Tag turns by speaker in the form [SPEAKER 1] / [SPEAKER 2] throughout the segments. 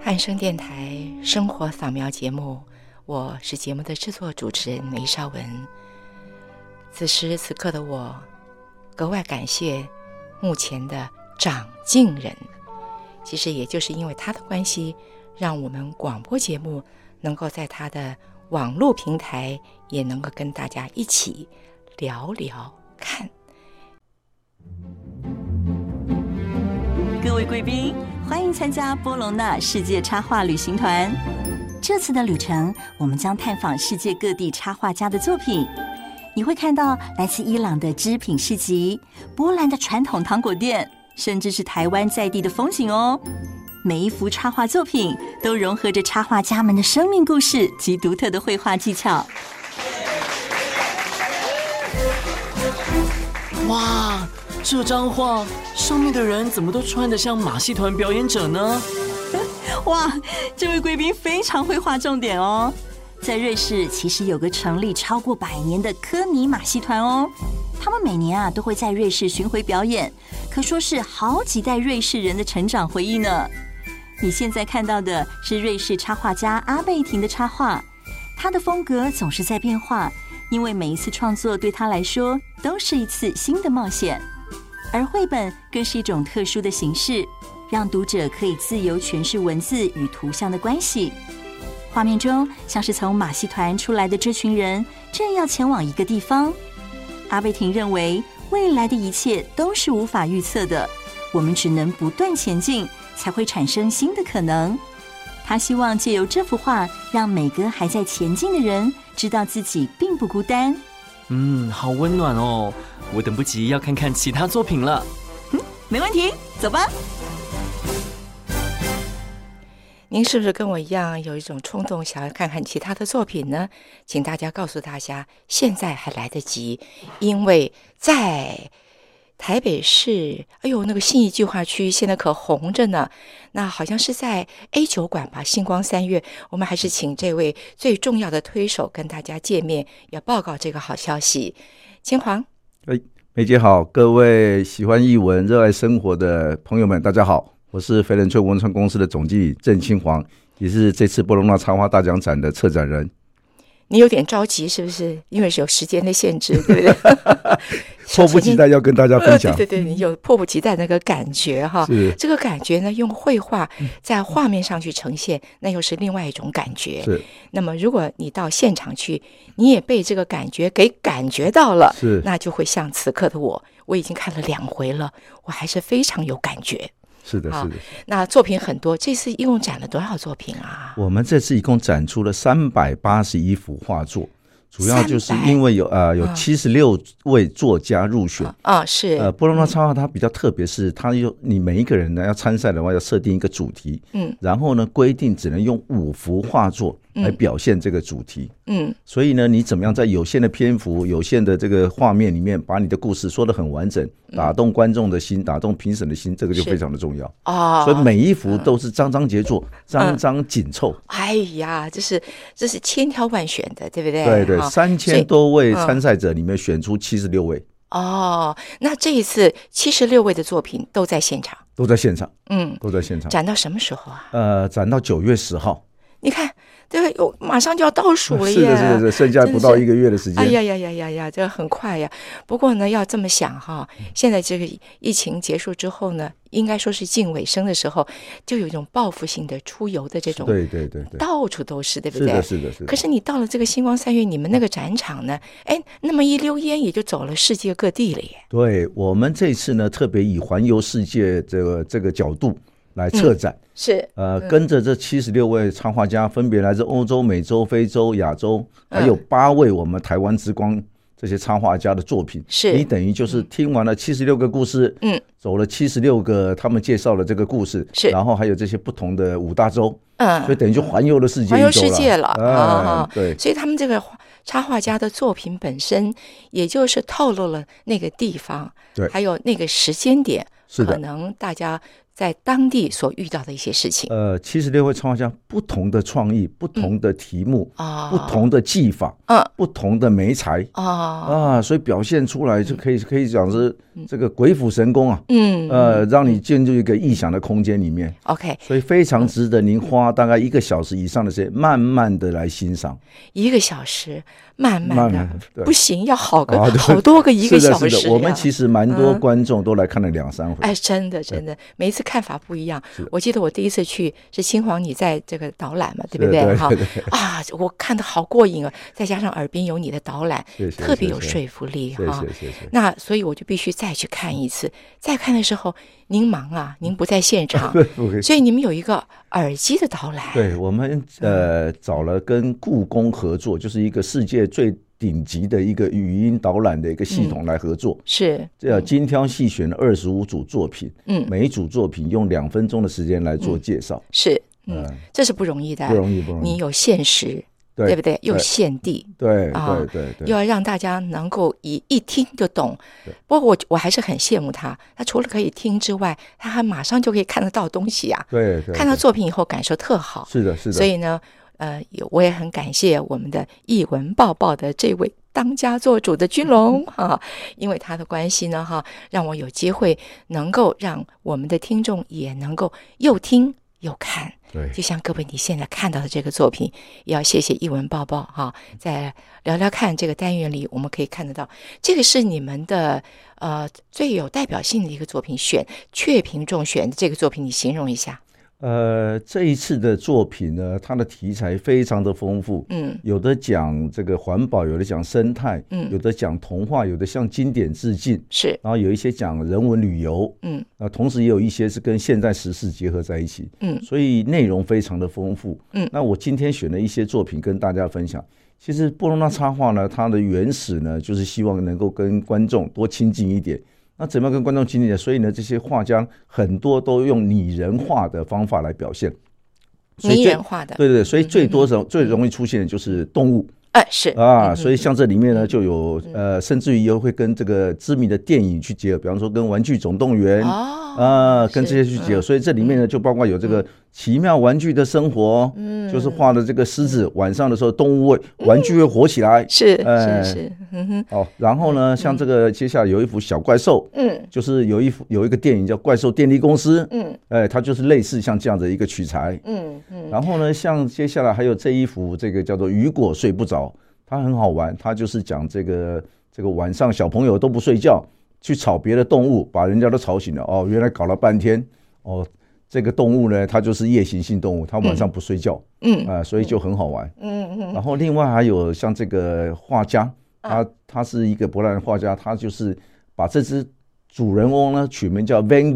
[SPEAKER 1] 汉声电台生活扫描节目，我是节目的制作主持人梅绍文。此时此刻的我，格外感谢目前的长进人。其实也就是因为他的关系，让我们广播节目能够在他的网络平台也能够跟大家一起聊聊看。
[SPEAKER 2] 各位贵宾，欢迎参加波隆纳世界插画旅行团。这次的旅程，我们将探访世界各地插画家的作品。你会看到来自伊朗的织品市集、波兰的传统糖果店，甚至是台湾在地的风景哦。每一幅插画作品都融合着插画家们的生命故事及独特的绘画技巧。
[SPEAKER 3] 哇，这张画上面的人怎么都穿得像马戏团表演者呢？
[SPEAKER 2] 哇，这位贵宾非常会画重点哦。在瑞士，其实有个成立超过百年的科尼马戏团哦。他们每年啊都会在瑞士巡回表演，可说是好几代瑞士人的成长回忆呢。你现在看到的是瑞士插画家阿贝廷的插画，他的风格总是在变化，因为每一次创作对他来说都是一次新的冒险。而绘本更是一种特殊的形式，让读者可以自由诠释文字与图像的关系。画面中像是从马戏团出来的这群人正要前往一个地方。阿贝廷认为，未来的一切都是无法预测的，我们只能不断前进，才会产生新的可能。他希望借由这幅画，让每个还在前进的人知道自己并不孤单。
[SPEAKER 3] 嗯，好温暖哦！我等不及要看看其他作品了。
[SPEAKER 2] 没问题，走吧。
[SPEAKER 1] 您是不是跟我一样有一种冲动，想要看看其他的作品呢？请大家告诉大家，现在还来得及，因为在台北市，哎呦，那个信义计划区现在可红着呢。那好像是在 A 酒馆吧，星光三月，我们还是请这位最重要的推手跟大家见面，要报告这个好消息。金黄，
[SPEAKER 4] 梅姐好，各位喜欢译文、热爱生活的朋友们，大家好，我是肥人村文创公司的总经理郑清煌，也是这次波隆纳插画大奖展的策展人。
[SPEAKER 1] 你有点着急是不是？因为是有时间的限制，对不 对？
[SPEAKER 4] 迫不及待要跟大家分享
[SPEAKER 1] 呃。对对对，你有迫不及待那个感觉哈。
[SPEAKER 4] 是嗯
[SPEAKER 1] 这个感觉呢，用绘画在画面上去呈现，那又是另外一种感觉。
[SPEAKER 4] 是
[SPEAKER 1] 那么，如果你到现场去，你也被这个感觉给感觉到了，
[SPEAKER 4] 是
[SPEAKER 1] 那就会像此刻的我，我已经看了两回了，我还是非常有感觉。
[SPEAKER 4] 是的，
[SPEAKER 1] 好
[SPEAKER 4] 是的。
[SPEAKER 1] 那作品很多，这次一共展了多少作品啊？
[SPEAKER 4] 我们这次一共展出了三百八十一幅画作，主要就是因为有呃有
[SPEAKER 1] 啊
[SPEAKER 4] 七十六位作家入选。
[SPEAKER 1] 啊，是，
[SPEAKER 4] 呃，波隆纳插画它比较特别，是它有你每一个人呢要参赛的话，要设定一个主题，
[SPEAKER 1] 嗯
[SPEAKER 4] 然后呢规定只能用五幅画作来表现这个主题。
[SPEAKER 1] 嗯
[SPEAKER 4] 所以呢，你怎么样在有限的篇幅、有限的这个画面里面，把你的故事说得很完整，
[SPEAKER 1] 嗯
[SPEAKER 4] 打动观众的心，打动评审的心，这个就是非常的重要。
[SPEAKER 1] 哦，嗯
[SPEAKER 4] 所以每一幅都是张张结作，张张紧凑。
[SPEAKER 1] 哎呀，这是这是千挑万选的，对不对？
[SPEAKER 4] 对对
[SPEAKER 1] 哈，
[SPEAKER 4] 三
[SPEAKER 1] 所以
[SPEAKER 4] 千多位
[SPEAKER 1] 嗯
[SPEAKER 4] 参赛者里面选出七十六位
[SPEAKER 1] 哦，那这一次七十六位的作品都在现场，
[SPEAKER 4] 都在现场，
[SPEAKER 1] 嗯，
[SPEAKER 4] 都在现场。
[SPEAKER 1] 展到什么时候啊？
[SPEAKER 4] 呃，展到九月十号，
[SPEAKER 1] 你看，对，我马上就要倒数了耶！
[SPEAKER 4] 啊是的，是的，是的，剩下
[SPEAKER 1] 真
[SPEAKER 4] 不
[SPEAKER 1] 的
[SPEAKER 4] 到
[SPEAKER 1] 是
[SPEAKER 4] 一个月的时
[SPEAKER 1] 哎
[SPEAKER 4] 间。
[SPEAKER 1] 呀呀呀呀呀，这很快呀。不过呢，要这么想哈，
[SPEAKER 4] 嗯
[SPEAKER 1] 现在这个疫情结束之后呢，应该说是近尾声的时候，就有一种报复性的出游的这种，
[SPEAKER 4] 对对对对，
[SPEAKER 1] 到处都是，对不
[SPEAKER 4] 是
[SPEAKER 1] 对？
[SPEAKER 4] 的，是的，是
[SPEAKER 1] 可
[SPEAKER 4] 的。
[SPEAKER 1] 是你到了这个星光三月，你们那个展场呢？哎，那么一溜烟也就走了世界各地了耶。
[SPEAKER 4] 对我们这次呢，特别以环游世界这个这个角度来
[SPEAKER 1] 嗯
[SPEAKER 4] 策展。
[SPEAKER 1] 是，
[SPEAKER 4] 呃，跟着这七十六位插画家，分别来自欧洲、美洲、非洲、亚洲，还
[SPEAKER 1] 嗯
[SPEAKER 4] 有八位我们台湾之光这些插画家的作品。
[SPEAKER 1] 是
[SPEAKER 4] 你等于就是听完了七十六个故事，
[SPEAKER 1] 嗯，
[SPEAKER 4] 走了七十六个他们介绍了这个故事，
[SPEAKER 1] 是
[SPEAKER 4] 然后还有这些不同的五大洲，
[SPEAKER 1] 嗯，
[SPEAKER 4] 所以等于就环游了世界一周，
[SPEAKER 1] 环游世界了啊
[SPEAKER 4] 哎，对，
[SPEAKER 1] 所以他们这个画插画家的作品本身，也就是透露了那个地方，
[SPEAKER 4] 对
[SPEAKER 1] 还有那个时间点，
[SPEAKER 4] 是
[SPEAKER 1] 可
[SPEAKER 4] 的，
[SPEAKER 1] 能大家在当地所遇到的一些事情
[SPEAKER 4] 呃，七十六位创画家不同的创意、不同的题目、
[SPEAKER 1] 啊？
[SPEAKER 4] 不同的技法、
[SPEAKER 1] 嗯
[SPEAKER 4] 不同的媒材
[SPEAKER 1] 啊，
[SPEAKER 4] 啊，所以表现出来就可以可以讲是这个鬼斧神工啊，
[SPEAKER 1] 嗯
[SPEAKER 4] 呃，让你进入一个异想的空间里面，
[SPEAKER 1] ，OK，
[SPEAKER 4] 所以非常值得
[SPEAKER 1] 嗯
[SPEAKER 4] 您花大概一个小时以上的时间，慢慢的来欣赏。
[SPEAKER 1] 一个小时，慢慢
[SPEAKER 4] 慢
[SPEAKER 1] 的
[SPEAKER 4] 慢，对
[SPEAKER 1] 不行，要好个
[SPEAKER 4] 啊对
[SPEAKER 1] 好多个一个
[SPEAKER 4] 是的
[SPEAKER 1] 小时呀。
[SPEAKER 4] 是的，我们其实蛮多观众都来看了两三回。
[SPEAKER 1] 哎，真的真的，每一次看法不一样
[SPEAKER 4] 是的。
[SPEAKER 1] 我记得我第一次去是新黄，你在这个导览嘛，对
[SPEAKER 4] 是
[SPEAKER 1] 不
[SPEAKER 4] 的对
[SPEAKER 1] 哈
[SPEAKER 4] 对对
[SPEAKER 1] 啊，我看的好过瘾啊！再加上耳边有你的导览
[SPEAKER 4] 谢，谢
[SPEAKER 1] 特别有
[SPEAKER 4] 谢谢
[SPEAKER 1] 说服力
[SPEAKER 4] 谢
[SPEAKER 1] 哈。
[SPEAKER 4] 谢谢谢。
[SPEAKER 1] 那所以我就必须再去看一次。再看的时候，您忙啊，您不在现 场，
[SPEAKER 4] 不会
[SPEAKER 1] 所以你们有一个耳机的导览。
[SPEAKER 4] 对我们
[SPEAKER 1] 嗯
[SPEAKER 4] 呃找了跟故宫合作，就是一个世界最顶级的一个语音导览的一个系
[SPEAKER 1] 嗯
[SPEAKER 4] 统来合作。
[SPEAKER 1] 是，
[SPEAKER 4] 这要精挑细选了二十五组作品，
[SPEAKER 1] 嗯，
[SPEAKER 4] 每一组作品用两分钟的时间来做介绍，
[SPEAKER 1] 是，嗯，
[SPEAKER 4] 嗯，
[SPEAKER 1] 这是不容易的。
[SPEAKER 4] 不容易，不容
[SPEAKER 1] 你
[SPEAKER 4] 易，
[SPEAKER 1] 有限时，对不对？又有限地，
[SPEAKER 4] 对
[SPEAKER 1] 啊
[SPEAKER 4] 对对对
[SPEAKER 1] 又
[SPEAKER 4] 对，
[SPEAKER 1] 要让大家能够一一听就懂
[SPEAKER 4] 对。
[SPEAKER 1] 不过我我还是很羡慕他，他除了可以听之外，他还马上就可以看得到东西啊。
[SPEAKER 4] 对对，
[SPEAKER 1] 看到
[SPEAKER 4] 对
[SPEAKER 1] 作品以后感受特好，
[SPEAKER 4] 是的，是的，
[SPEAKER 1] 所以呢，呃，有我也很感谢我们的译文报报的这位当家做主的君 龙哈、因为他的关系呢哈、让我有机会能够让我们的听众也能够又听又看。
[SPEAKER 4] 对
[SPEAKER 1] 就像各位你现在看到的这个作品，也要谢谢译文报报哈、在聊聊看这个单元里，我们可以看得到，这个是你们的呃最有代表性的一个作品选，确评中选这个作品，你形容一下，
[SPEAKER 4] 呃，这一次的作品呢，它的题材非常的丰富，
[SPEAKER 1] 嗯
[SPEAKER 4] 有的讲这个环保，有的讲生态，
[SPEAKER 1] 嗯
[SPEAKER 4] 有的讲童话，有的向经典致敬，
[SPEAKER 1] 是，
[SPEAKER 4] 然后有一些讲人文旅游，
[SPEAKER 1] 嗯
[SPEAKER 4] 那同时也有一些是跟现代时事结合在一起，
[SPEAKER 1] 嗯
[SPEAKER 4] 所以内容非常的丰富。
[SPEAKER 1] 嗯
[SPEAKER 4] 那我今天选了一些作品跟大家分享。其实波隆纳插画呢，它的原始呢，就是希望能够跟观众多亲近一点。那怎么样跟观众亲近呢？所以呢，这些画家很多都用拟人化的方法来表现。所以
[SPEAKER 1] 拟
[SPEAKER 4] 最
[SPEAKER 1] 人化的，嗯
[SPEAKER 4] 对对对，所以最多容最容易出现的就是动物
[SPEAKER 1] 哎、嗯是
[SPEAKER 4] 啊，所以像这里面呢就有呃，甚至于又会跟这个知名的电影去结合，比方说跟《玩具总动员》
[SPEAKER 1] 哦
[SPEAKER 4] 啊，跟这些
[SPEAKER 1] 是嗯
[SPEAKER 4] 去结合，所以这里面呢就包括有这个奇妙玩具的生活，嗯，就是画的这个狮子晚上的时候动物会玩具会活起来，
[SPEAKER 1] 是
[SPEAKER 4] 哎
[SPEAKER 1] 是是，嗯嗯哼，
[SPEAKER 4] 哦，然后呢像这个接下来有一幅小怪兽，
[SPEAKER 1] 嗯
[SPEAKER 4] 就是有一幅有一个电影叫《怪兽电力公司》，
[SPEAKER 1] 嗯
[SPEAKER 4] 哎，它就是类似像这样的一个取材，
[SPEAKER 1] 嗯嗯，
[SPEAKER 4] 然后呢，像接下来还有这一幅，这个叫做《雨果睡不着》，它很好玩，它就是讲这个这个晚上小朋友都不睡觉，去吵别的动物，把人家都吵醒了。哦，原来搞了半天，哦，这个动物呢，它就是夜行性动物，它晚上不睡觉，
[SPEAKER 1] 嗯
[SPEAKER 4] 啊、所以就很好玩。
[SPEAKER 1] 嗯嗯，
[SPEAKER 4] 然后另外还有像这个画家，他他是一个波兰画家，他就是把这只主人翁呢取名叫 Van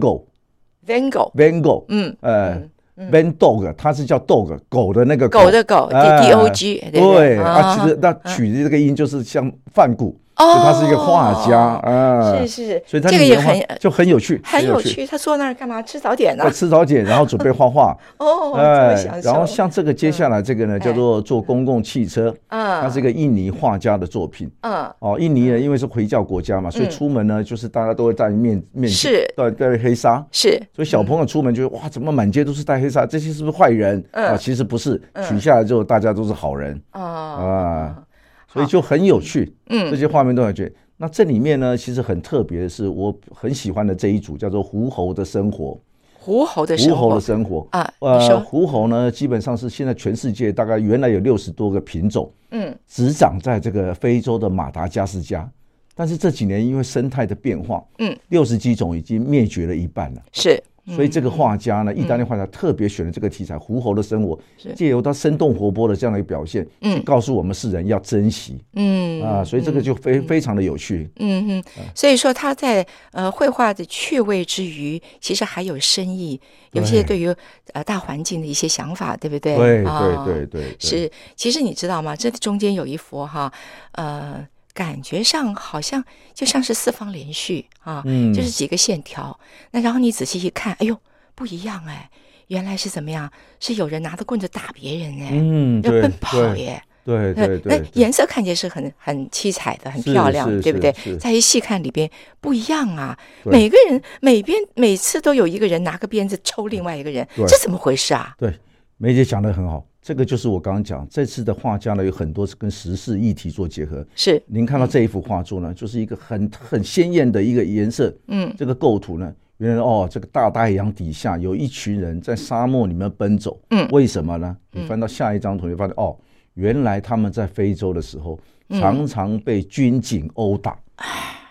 [SPEAKER 1] Van
[SPEAKER 4] Gogh，Van
[SPEAKER 1] Gogh，
[SPEAKER 4] Gogh，
[SPEAKER 1] 嗯，
[SPEAKER 4] 呃、v a n Dog，它是叫 Dog 狗的那个
[SPEAKER 1] 狗的狗
[SPEAKER 4] 哎
[SPEAKER 1] D D O G，对不
[SPEAKER 4] 对
[SPEAKER 1] 啊，
[SPEAKER 4] 啊，其实那取的这个音就是像梵谷，
[SPEAKER 1] 哦
[SPEAKER 4] 所以他是一个画家啊，
[SPEAKER 1] 是是，
[SPEAKER 4] 所以他
[SPEAKER 1] 这个也
[SPEAKER 4] 里面画
[SPEAKER 1] 很
[SPEAKER 4] 就很有趣，
[SPEAKER 1] 很有。趣，他坐那儿干嘛？吃早点呢
[SPEAKER 4] 在？吃早点，然后准备画画， 哎
[SPEAKER 1] 哦，这么享受，
[SPEAKER 4] 呃然后像这个接下来这个呢，叫做做公共汽车，
[SPEAKER 1] 哎嗯，
[SPEAKER 4] 它是一个印尼画家的作品。
[SPEAKER 1] 嗯
[SPEAKER 4] 哦，印尼人因为是回教国家嘛，所以出门呢，就是大家都会戴面面具
[SPEAKER 1] 是嗯
[SPEAKER 4] 戴戴黑纱，
[SPEAKER 1] 是
[SPEAKER 4] 所以小朋友出门就哇，怎么满街都是戴黑纱？这些是不是坏人？
[SPEAKER 1] 嗯
[SPEAKER 4] 啊，其实不是，取下来之后大家都是好人
[SPEAKER 1] 啊
[SPEAKER 4] 啊，所以就很有趣。
[SPEAKER 1] 嗯
[SPEAKER 4] 这些画面都很有趣。那这里面呢，其实很特别的是，我很喜欢的这一组叫做狐猴的生活。
[SPEAKER 1] 狐猴的
[SPEAKER 4] 狐
[SPEAKER 1] 生
[SPEAKER 4] 猴
[SPEAKER 1] 活
[SPEAKER 4] 的生活
[SPEAKER 1] 啊你
[SPEAKER 4] 呃，
[SPEAKER 1] 说
[SPEAKER 4] 狐猴呢，基本上是现在全世界大概原来有六十多个品种，
[SPEAKER 1] 嗯，
[SPEAKER 4] 只长在这个非洲的马达加斯加。但是这几年因为生态的变化，
[SPEAKER 1] 嗯，
[SPEAKER 4] 六十几种已经灭绝了一半了。
[SPEAKER 1] 是
[SPEAKER 4] 所以这
[SPEAKER 1] 嗯
[SPEAKER 4] 个画家呢，意大利画家特别选了这个题材——狐猴的生活，借由他生动活泼的这样的一个表现，
[SPEAKER 1] 嗯
[SPEAKER 4] 去告诉我们世人要珍惜
[SPEAKER 1] 嗯
[SPEAKER 4] 啊。所以这个就非非常的有趣。
[SPEAKER 1] 嗯嗯，所以说他在呃绘画的趣味之余，其实还有深意，有些对
[SPEAKER 4] 对
[SPEAKER 1] 于呃大环境的一些想法，对不对？
[SPEAKER 4] 对
[SPEAKER 1] 啊
[SPEAKER 4] 对对对，对
[SPEAKER 1] 是。其实你知道吗？这中间有一幅哈，呃，感觉上好像就像是四方连续啊，
[SPEAKER 4] 嗯
[SPEAKER 1] 就是几个线条。那然后你仔细一看，哎呦，不一样哎，原来是怎么样？是有人拿着棍子打别人哎，
[SPEAKER 4] 嗯，
[SPEAKER 1] 要
[SPEAKER 4] 对
[SPEAKER 1] 奔跑
[SPEAKER 4] 对
[SPEAKER 1] 耶，
[SPEAKER 4] 对对
[SPEAKER 1] 那
[SPEAKER 4] 对，对
[SPEAKER 1] 颜色看起来是很很七彩的，很
[SPEAKER 4] 是
[SPEAKER 1] 漂亮，
[SPEAKER 4] 是
[SPEAKER 1] 对不
[SPEAKER 4] 是
[SPEAKER 1] 对
[SPEAKER 4] 是？
[SPEAKER 1] 再一细看里边不一样啊，
[SPEAKER 4] 对
[SPEAKER 1] 每个人每边每次都有一个人拿个鞭子抽另外一个人
[SPEAKER 4] 对，
[SPEAKER 1] 这怎么回事啊？
[SPEAKER 4] 对，梅姐讲的很好，这个就是我刚刚讲，这次的画家呢有很多是跟时事议题做结合。
[SPEAKER 1] 是，
[SPEAKER 4] 您看到这一幅画作呢，就是一个很很鲜艳的一个颜色，
[SPEAKER 1] 嗯，
[SPEAKER 4] 这个构图呢，原来哦，这个大太阳底下有一群人在沙漠里面奔走，
[SPEAKER 1] 嗯
[SPEAKER 4] 为什么呢？你翻到下一张图，你发现哦，原来他们在非洲的时候
[SPEAKER 1] 嗯
[SPEAKER 4] 常常被军警殴打，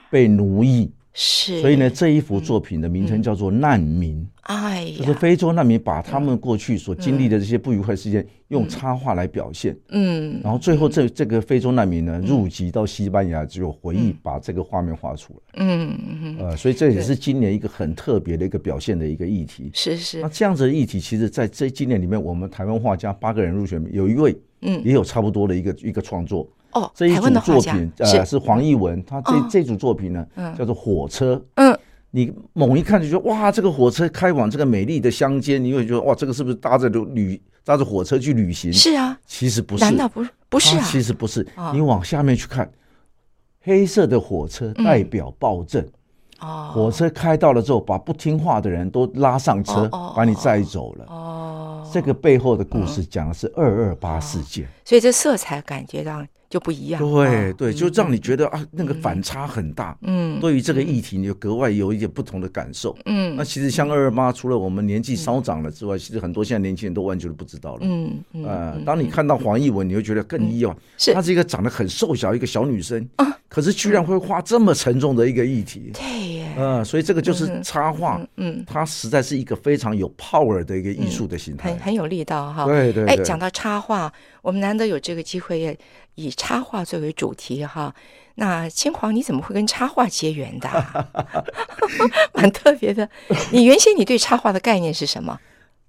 [SPEAKER 4] 被奴役，
[SPEAKER 1] 是，
[SPEAKER 4] 所以呢，，这一
[SPEAKER 1] 嗯
[SPEAKER 4] 幅作品的名称叫做《难民》。
[SPEAKER 1] 哎
[SPEAKER 4] 就是
[SPEAKER 1] 呀，
[SPEAKER 4] 非洲难民把他们过去所经历的这些不愉快事件用插画来表现，
[SPEAKER 1] 嗯，
[SPEAKER 4] 然后最后这这个非洲难民呢入籍到西班牙，只有回忆把这个画面画出来，
[SPEAKER 1] 嗯嗯，
[SPEAKER 4] 呃，所以这也是今年一个很特别的一个表现的一个议题。
[SPEAKER 1] 是是
[SPEAKER 4] 那，这样子的议题，其实在这今年里面，我们台湾画家八个人入选，有一位
[SPEAKER 1] 嗯
[SPEAKER 4] 也有差不多的一个一个创作。
[SPEAKER 1] 哦，
[SPEAKER 4] 这一
[SPEAKER 1] 台
[SPEAKER 4] 组
[SPEAKER 1] 湾的画
[SPEAKER 4] 作
[SPEAKER 1] 家
[SPEAKER 4] 品呃
[SPEAKER 1] 是，
[SPEAKER 4] 是黄奕文，他这
[SPEAKER 1] 哦
[SPEAKER 4] 这组作品呢
[SPEAKER 1] 嗯
[SPEAKER 4] 叫做《火车》。
[SPEAKER 1] 嗯，
[SPEAKER 4] 你猛一看就觉得哇，这个火车开往这个美丽的乡间，你会觉得哇，这个是不是搭着旅搭着火车去旅行？，
[SPEAKER 1] 是啊，
[SPEAKER 4] 其实不是，
[SPEAKER 1] 难道不是不是
[SPEAKER 4] 它
[SPEAKER 1] 啊？
[SPEAKER 4] 其实不是
[SPEAKER 1] 啊。
[SPEAKER 4] 你往下面去看，黑色的火车代表暴政，
[SPEAKER 1] 嗯哦
[SPEAKER 4] 火车开到了之后，把不听话的人都拉上车
[SPEAKER 1] 哦哦，
[SPEAKER 4] 把你载走了。
[SPEAKER 1] 哦，嗯
[SPEAKER 4] 这个背后的故事讲的是二二八事件，
[SPEAKER 1] 所以这色彩感觉到就不一样，
[SPEAKER 4] 对
[SPEAKER 1] 哦
[SPEAKER 4] 对，就让你觉得啊，那个反差很大。
[SPEAKER 1] 嗯
[SPEAKER 4] 对于这个议题，你就格外有一点不同的感受。
[SPEAKER 1] 嗯
[SPEAKER 4] 那其实像二二八，除了我们年纪稍长了之外，其实很多现在年轻人都完全都不知道了。
[SPEAKER 1] 嗯嗯，
[SPEAKER 4] 呃，当你看到黄奕文，你会觉得更意外，
[SPEAKER 1] 是啊
[SPEAKER 4] 她是一个长得很瘦小一个小女生可是居然会画这么沉重的一个议题。
[SPEAKER 1] 对耶，
[SPEAKER 4] 呃，所以这个就是插画，
[SPEAKER 1] 嗯，
[SPEAKER 4] 它实在是一个非常有 power 的一个艺术的形态
[SPEAKER 1] 很。很有力道哈。
[SPEAKER 4] 对对
[SPEAKER 1] 哎，
[SPEAKER 4] 对
[SPEAKER 1] 讲到插画，我们难得有这个机会也以插画作为主题哈。那青黄你怎么会跟插画结缘的啊、 蛮特别的。你原先你对插画的概念是什么？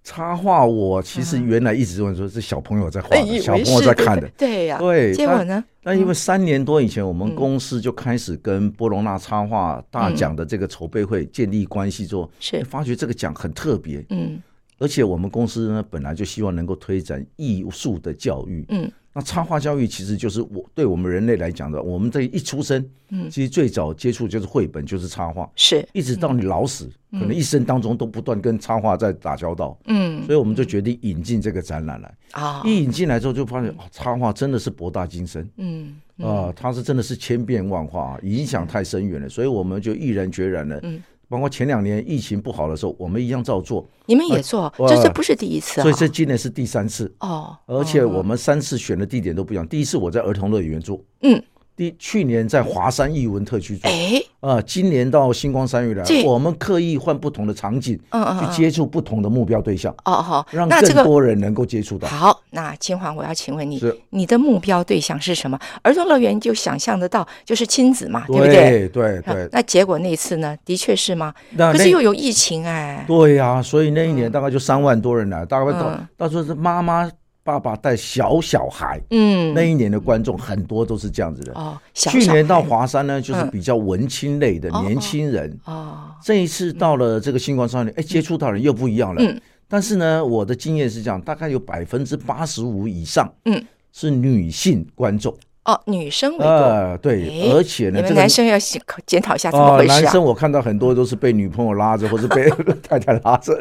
[SPEAKER 4] 插画我其实原来一直认为说是小朋友在画
[SPEAKER 1] 嗯哎
[SPEAKER 4] 的，
[SPEAKER 1] 以
[SPEAKER 4] 小
[SPEAKER 1] 为
[SPEAKER 4] 朋友
[SPEAKER 1] 是
[SPEAKER 4] 在看的。
[SPEAKER 1] 对呀、
[SPEAKER 4] 对
[SPEAKER 1] 结果呢？
[SPEAKER 4] 那因为三年多以前，我
[SPEAKER 1] 嗯
[SPEAKER 4] 们公司就开始跟波隆纳插画大奖的这个筹备会建立关系之后，
[SPEAKER 1] 嗯
[SPEAKER 4] 哎
[SPEAKER 1] 是
[SPEAKER 4] 发觉这个奖很特别，
[SPEAKER 1] 嗯
[SPEAKER 4] 而且我们公司呢本来就希望能够推展艺术的教育。
[SPEAKER 1] 嗯，
[SPEAKER 4] 那插画教育其实就是我对我们人类来讲的，我们这一出生，
[SPEAKER 1] 嗯
[SPEAKER 4] 其实最早接触就是绘本，就是插画，
[SPEAKER 1] 是
[SPEAKER 4] 一直到你老死，可能一生当中都不断跟插画在打交道，
[SPEAKER 1] 嗯
[SPEAKER 4] 所以我们就决定引进这个展览来。
[SPEAKER 1] 啊
[SPEAKER 4] 一引进来之后，就发现、啊插画真的是博大精深。
[SPEAKER 1] 嗯
[SPEAKER 4] 啊、它是真的是千变万化，影响太深远了，所以我们就毅然决然的，
[SPEAKER 1] 嗯
[SPEAKER 4] 包括前两年疫情不好的时候，我们一样照做，
[SPEAKER 1] 你们也做，
[SPEAKER 4] 呃
[SPEAKER 1] 这这不是第一次啊。
[SPEAKER 4] 所以这今年是第三次，
[SPEAKER 1] 哦，
[SPEAKER 4] 而且我们三次选的地点都不一样，第一次我在儿童乐园做，
[SPEAKER 1] 嗯，
[SPEAKER 4] 第去年在华山艺文特区做，
[SPEAKER 1] 哎，
[SPEAKER 4] 啊、今年到星光三月来
[SPEAKER 1] 这，
[SPEAKER 4] 我们刻意换不同的场景，
[SPEAKER 1] 嗯嗯嗯
[SPEAKER 4] 去接触不同的目标对象，
[SPEAKER 1] 哦哦，
[SPEAKER 4] 让
[SPEAKER 1] 那这
[SPEAKER 4] 更
[SPEAKER 1] 个
[SPEAKER 4] 多人能够接触到。
[SPEAKER 1] 好，那金黄，我要请问你
[SPEAKER 4] 是，
[SPEAKER 1] 你的目标对象是什么？儿童乐园就想象得到，就是亲子嘛，对不对？
[SPEAKER 4] 对对
[SPEAKER 1] 啊
[SPEAKER 4] 对，
[SPEAKER 1] 那结果那一次呢，的确是吗？
[SPEAKER 4] 那
[SPEAKER 1] 可
[SPEAKER 4] 那
[SPEAKER 1] 是又有疫情哎，
[SPEAKER 4] 对呀、所以那一年大概就三万多人来，大概到、
[SPEAKER 1] 嗯
[SPEAKER 4] 到时候是妈妈、爸爸带小小孩，
[SPEAKER 1] 嗯
[SPEAKER 4] 那，一年的观众很多都是这样子的。
[SPEAKER 1] 哦，小
[SPEAKER 4] 去
[SPEAKER 1] 小
[SPEAKER 4] 年到
[SPEAKER 1] 孩
[SPEAKER 4] 华山呢，就是
[SPEAKER 1] 嗯
[SPEAKER 4] 比较文青类的
[SPEAKER 1] 哦
[SPEAKER 4] 年轻人。
[SPEAKER 1] 哦，
[SPEAKER 4] 这一次到了这个星光少年，哎，接触到人又不一样了。
[SPEAKER 1] 嗯
[SPEAKER 4] 但是呢，我的经验是这样，大概有百分之八十五以上，
[SPEAKER 1] 嗯，
[SPEAKER 4] 是女性观众。
[SPEAKER 1] 哦，女生为多，
[SPEAKER 4] 呃，对，
[SPEAKER 1] 哎
[SPEAKER 4] 而且
[SPEAKER 1] 你
[SPEAKER 4] 呢，这
[SPEAKER 1] 们
[SPEAKER 4] 个
[SPEAKER 1] 男生要检检讨一下怎么
[SPEAKER 4] 哦，
[SPEAKER 1] 回事
[SPEAKER 4] 男
[SPEAKER 1] 啊？
[SPEAKER 4] 生我看到很多都是被女朋友拉着，或是被 太太拉着。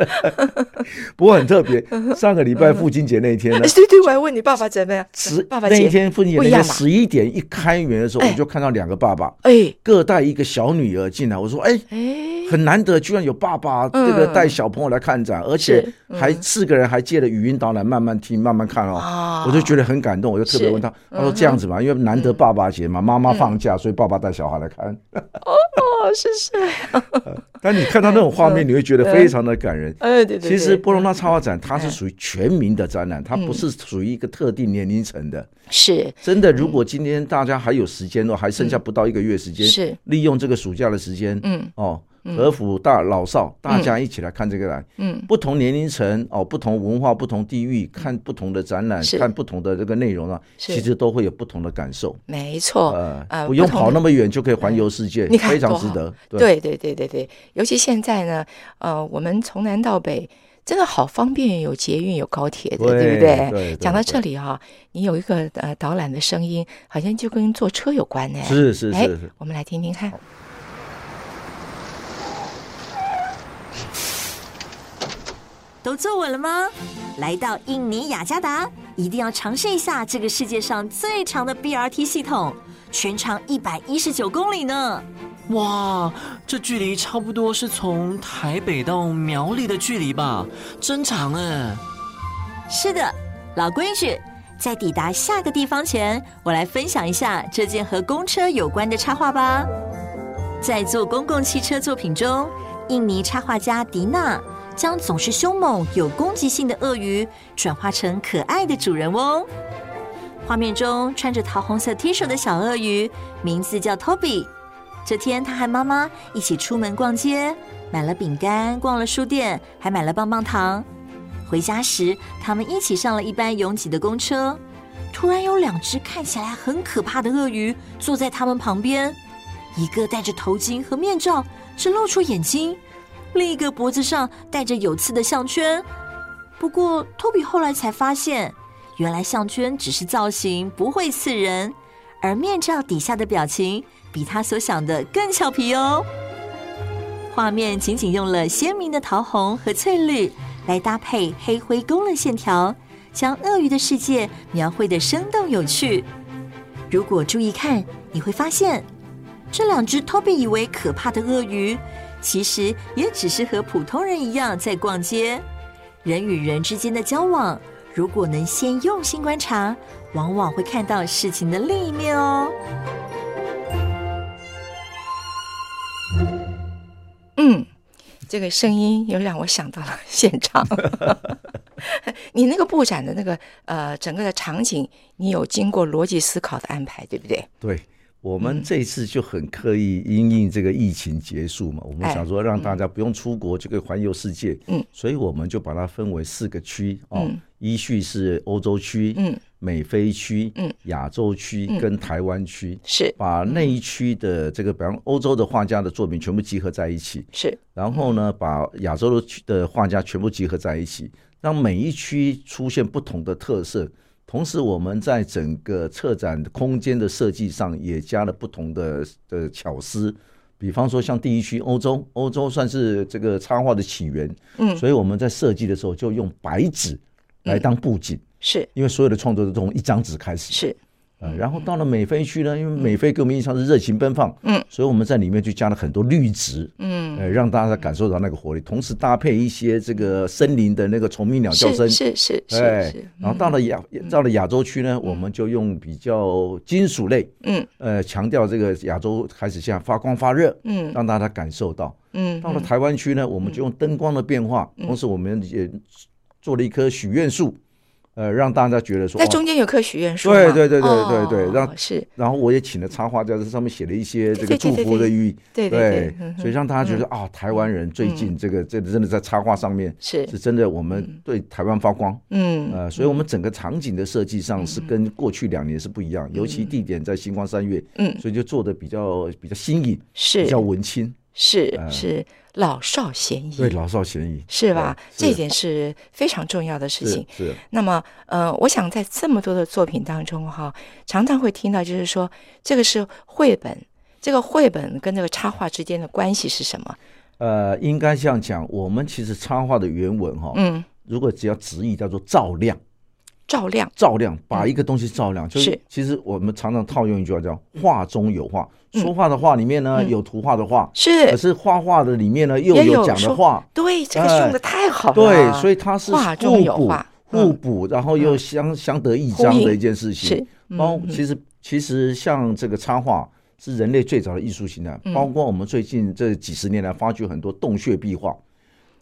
[SPEAKER 4] 不过很特别，上个礼拜父亲节那一天呢
[SPEAKER 1] 哎，对对，我还问你爸爸怎么样？
[SPEAKER 4] 十
[SPEAKER 1] 爸爸
[SPEAKER 4] 那一
[SPEAKER 1] 姐，
[SPEAKER 4] 天父亲节
[SPEAKER 1] 不
[SPEAKER 4] 那
[SPEAKER 1] 一
[SPEAKER 4] 天
[SPEAKER 1] 样吧
[SPEAKER 4] 十一点一开园的时候，
[SPEAKER 1] 哎
[SPEAKER 4] 我就看到两个爸爸
[SPEAKER 1] 哎
[SPEAKER 4] 各带一个小女儿进来，我说哎。
[SPEAKER 1] 哎，
[SPEAKER 4] 很难得，居然有爸爸
[SPEAKER 1] 嗯
[SPEAKER 4] 这个带小朋友来看展，而且还四个人还借了语音导览慢慢听、慢慢看哦
[SPEAKER 1] 啊，嗯
[SPEAKER 4] 我就觉得很感动，我就特别问他，他说这样子嘛，因为难得爸爸节嘛，妈妈放假，所以爸爸带小孩来看。
[SPEAKER 1] 哦，是是，
[SPEAKER 4] 但你看到那种画 面，你会觉得非常的感人。
[SPEAKER 1] 哎，对对嗯对，
[SPEAKER 4] 其实波隆纳插画展它是属于全民的展览，它不是属于一个特定年龄层的。
[SPEAKER 1] 是
[SPEAKER 4] 真的，如果
[SPEAKER 1] 嗯
[SPEAKER 4] 今天大家还有时间哦，还剩下不到一个月时间，
[SPEAKER 1] 是
[SPEAKER 4] 利用这个暑假的时间，
[SPEAKER 1] 嗯
[SPEAKER 4] 哦，和府大老少大家一起来看这个展，
[SPEAKER 1] 嗯，
[SPEAKER 4] 不同年龄层哦，不同文化、不同地域，看不同的展览，
[SPEAKER 1] 是
[SPEAKER 4] 看不同的这个内容啊，
[SPEAKER 1] 是
[SPEAKER 4] 其实都会有不同的感受。
[SPEAKER 1] 没错，
[SPEAKER 4] 呃，
[SPEAKER 1] 呃
[SPEAKER 4] 不用
[SPEAKER 1] 同
[SPEAKER 4] 跑
[SPEAKER 1] 的嗯
[SPEAKER 4] 那么远就可以环游世界，
[SPEAKER 1] 你看
[SPEAKER 4] 非常
[SPEAKER 1] 多
[SPEAKER 4] 值
[SPEAKER 1] 好
[SPEAKER 4] 得。，
[SPEAKER 1] 对对对对对，尤其现在呢，呃，我们从南到北真的好方便，有捷运，有高铁的，
[SPEAKER 4] 对
[SPEAKER 1] 不对？
[SPEAKER 4] 对对
[SPEAKER 1] 讲到这里哈、你有一个呃导览的声音，好像就跟坐车有关呢。
[SPEAKER 4] 是是
[SPEAKER 1] 哎
[SPEAKER 4] 是是，
[SPEAKER 1] 我们来听听看。
[SPEAKER 2] 都坐稳了吗？来到印尼雅加达，一定要尝试一下这个世界上最长的 BRT 系统，全长一百一十九公里呢。
[SPEAKER 3] 哇，这距离差不多是从台北到苗栗的距离吧，真长哎！
[SPEAKER 2] 是的，老规矩，在抵达下个地方前，我来分享一下这件和公车有关的插画吧。在做公共汽车作品中，印尼插画家迪娜将总是凶猛、有攻击性的鳄鱼转化成可爱的主人翁。画面中穿着桃红色 T 恤的小鳄鱼，名字叫 Toby。这天，他和妈妈一起出门逛街，买了饼干，逛了书店，还买了棒棒糖。回家时，他们一起上了一班拥挤的公车。突然有两只看起来很可怕的鳄鱼坐在他们旁边，一个戴着头巾和面罩，只露出眼睛；另一个脖子上戴着有刺的项圈。不过，托比后来才发现，原来项圈只是造型，不会刺人，而面罩底下的表情比他所想的更俏皮哦。画面仅仅用了鲜明的桃红和翠绿来搭配黑灰勾勒线条，将鳄鱼的世界描绘得生动有趣。如果注意看，你会发现，这两只 Toby 以为可怕的鳄鱼，其实也只是和普通人一样在逛街。人与人之间的交往，如果能先用心观察，往往会看到事情的另一面哦。
[SPEAKER 1] 嗯，这个声音又让我想到了现场。 你那个布展的那个呃整个的场景，你有经过逻辑思考的安排，对不对？
[SPEAKER 4] 对，我
[SPEAKER 1] 嗯
[SPEAKER 4] 们这一次就很刻意因应这个疫情结束嘛，我们
[SPEAKER 1] 哎
[SPEAKER 4] 想说让大家不用出国就可以环游世界，
[SPEAKER 1] 嗯，
[SPEAKER 4] 所以我们就把它分为四个区哦
[SPEAKER 1] 嗯，
[SPEAKER 4] 依序是欧洲区、
[SPEAKER 1] 嗯，
[SPEAKER 4] 美非区、
[SPEAKER 1] 嗯、
[SPEAKER 4] 亚洲区
[SPEAKER 1] 嗯
[SPEAKER 4] 跟台湾区，
[SPEAKER 1] 是
[SPEAKER 4] 把那一区的这个，比方欧洲的画家的作品全部集合在一起，
[SPEAKER 1] 是，
[SPEAKER 4] 然后呢，
[SPEAKER 1] 嗯
[SPEAKER 4] 把亚洲的区的画家全部集合在一起，让每一区出现不同的特色。同时，我们在整个策展空间的设计上也加了不同的的巧思。比方说，像第一区欧洲，欧洲算是这个插画的起源，
[SPEAKER 1] 嗯
[SPEAKER 4] 所以我们在设计的时候就用白纸来当布景，
[SPEAKER 1] 是
[SPEAKER 4] 因为所有的创作都从一张纸开始。
[SPEAKER 1] 是，
[SPEAKER 4] 呃，然后到了美菲区呢，因为美菲给我们印象是热情奔放，
[SPEAKER 1] 嗯，
[SPEAKER 4] 所以我们在里面就加了很多绿植，
[SPEAKER 1] 嗯，
[SPEAKER 4] 呃，让大家感受到那个活力，同时搭配一些这个森林的那个虫鸣鸟叫声
[SPEAKER 1] 是，是是是
[SPEAKER 4] 哎
[SPEAKER 1] 嗯是，
[SPEAKER 4] 然后到了亚到了亚洲区呢，我们就用比较金属类，
[SPEAKER 1] 嗯
[SPEAKER 4] 呃，强调这个亚洲开始现在发光发热，
[SPEAKER 1] 嗯
[SPEAKER 4] 让大家感受到。
[SPEAKER 1] 嗯，
[SPEAKER 4] 到了台湾区呢，我们就用灯光的变化，同时我们也做了一棵许愿树，呃，让大家觉得说
[SPEAKER 1] 在
[SPEAKER 4] 哇
[SPEAKER 1] 嗯中间有棵许愿树嘛，
[SPEAKER 4] 对对对对对对
[SPEAKER 1] 哦
[SPEAKER 4] 让
[SPEAKER 1] 是，
[SPEAKER 4] 然后我也请了插画家，在上面写了一些这
[SPEAKER 1] 对
[SPEAKER 4] 个
[SPEAKER 1] 对
[SPEAKER 4] 祝
[SPEAKER 1] 对
[SPEAKER 4] 福的寓意，
[SPEAKER 1] 对对对嗯哼
[SPEAKER 4] 所以让大家觉得啊，台湾人最近这个这真的在插画上面
[SPEAKER 1] 是
[SPEAKER 4] 是真的，我们对台湾发光。
[SPEAKER 1] 嗯
[SPEAKER 4] 呃，所以我们整个场景的设计上是跟过去两年是不一样，尤其地点在星光三月，
[SPEAKER 1] 嗯
[SPEAKER 4] 所以就做的比较比较新颖，
[SPEAKER 1] 是
[SPEAKER 4] 比较文青，
[SPEAKER 1] 是
[SPEAKER 4] 呃
[SPEAKER 1] 是老少咸宜，
[SPEAKER 4] 对老少咸宜，
[SPEAKER 1] 是吧？
[SPEAKER 4] 对
[SPEAKER 1] 这
[SPEAKER 4] 是
[SPEAKER 1] 点是非常重要的事情。
[SPEAKER 4] 是是
[SPEAKER 1] 那么，呃，我想在这么多的作品当中，哈，常常会听到就是说，这个是绘本，这个绘本跟这个插画之间的关系是什么？
[SPEAKER 4] 呃，应该这样讲，我们其实插画的原文哈，
[SPEAKER 1] 嗯，
[SPEAKER 4] 如果只要直译叫做照亮。
[SPEAKER 1] 照亮，
[SPEAKER 4] 照亮，
[SPEAKER 1] 嗯
[SPEAKER 4] 把一个东西照亮，就是是其实我们常常套用一句话叫“画中有画”，说话的话里面呢有图画的画，可
[SPEAKER 1] 嗯是
[SPEAKER 4] 是画画的里面呢又
[SPEAKER 1] 也
[SPEAKER 4] 有
[SPEAKER 1] 有
[SPEAKER 4] 讲的
[SPEAKER 1] 说
[SPEAKER 4] 话，
[SPEAKER 1] 对，这个是用的太好了，
[SPEAKER 4] 哎对，所以它是
[SPEAKER 1] 画
[SPEAKER 4] 互
[SPEAKER 1] 中有
[SPEAKER 4] 补
[SPEAKER 1] 画，
[SPEAKER 4] 互补，然后又相相得益
[SPEAKER 1] 呼
[SPEAKER 4] 彰
[SPEAKER 1] 应
[SPEAKER 4] 的一件事
[SPEAKER 1] 是嗯
[SPEAKER 4] 情。包其实其实像这个插画是人类最早的艺术形态，
[SPEAKER 1] 嗯
[SPEAKER 4] 包括我们最近这几十年来发掘很多洞穴壁画。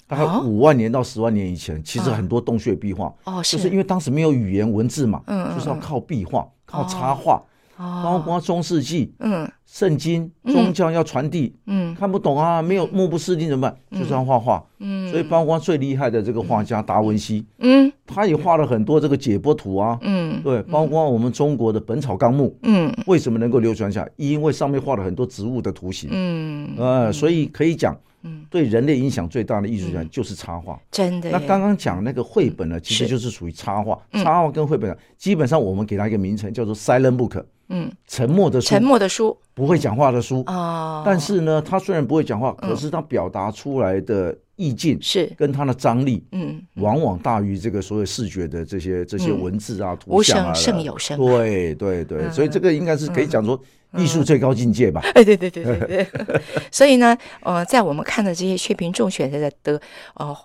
[SPEAKER 4] 大概
[SPEAKER 1] 哦
[SPEAKER 4] 五万年到十万年以前，其实
[SPEAKER 1] 啊
[SPEAKER 4] 很多洞穴壁画，
[SPEAKER 1] 哦，是
[SPEAKER 4] 就是因为当时没有语言文字嘛，
[SPEAKER 1] 嗯嗯
[SPEAKER 4] 就是要
[SPEAKER 1] 嗯
[SPEAKER 4] 靠壁画、靠插画，包
[SPEAKER 1] 哦，
[SPEAKER 4] 括中世纪
[SPEAKER 1] 嗯
[SPEAKER 4] 圣经、宗教要传递，
[SPEAKER 1] 嗯
[SPEAKER 4] 看不懂啊，没有目不识丁怎么办？就是要画画，
[SPEAKER 1] 嗯
[SPEAKER 4] 所以包括最厉害的这个画家达文西，
[SPEAKER 1] 嗯
[SPEAKER 4] 他也画了很多这个解剖图啊，
[SPEAKER 1] 嗯
[SPEAKER 4] 对，包括我们中国的《本草纲目》，
[SPEAKER 1] 嗯
[SPEAKER 4] 为什么能够流传下来？因为上面画了很多植物的图形，
[SPEAKER 1] 嗯，
[SPEAKER 4] 呃，所以可以讲
[SPEAKER 1] 嗯，
[SPEAKER 4] 对人类影响最大的艺术家就是插画。
[SPEAKER 1] 真的耶。
[SPEAKER 4] 那刚刚讲那个绘本呢，其
[SPEAKER 1] 嗯
[SPEAKER 4] 实
[SPEAKER 1] 是
[SPEAKER 4] 就是属于插画。
[SPEAKER 1] 嗯
[SPEAKER 4] 插画跟绘本啊基本上我们给它一个名称叫做 silent book，
[SPEAKER 1] 嗯，
[SPEAKER 4] 沉默的书
[SPEAKER 1] 沉，默的书
[SPEAKER 4] 不会讲话的书。
[SPEAKER 1] 哦，
[SPEAKER 4] 但是呢，它虽然不会讲话，可是它表达出来的意境
[SPEAKER 1] 是
[SPEAKER 4] 跟它的张力，
[SPEAKER 1] 嗯，
[SPEAKER 4] 往往大于这个所有视觉的这些这些
[SPEAKER 1] 嗯
[SPEAKER 4] 文字啊、
[SPEAKER 1] 无
[SPEAKER 4] 图像啊
[SPEAKER 1] 声胜
[SPEAKER 4] 的
[SPEAKER 1] 有声啊嗯
[SPEAKER 4] 对对对，所以这个应该是可以讲说艺术最高境界吧。
[SPEAKER 1] 哎，对对对对 对。所以呢，呃，在我们看的这些薛平中选的得呃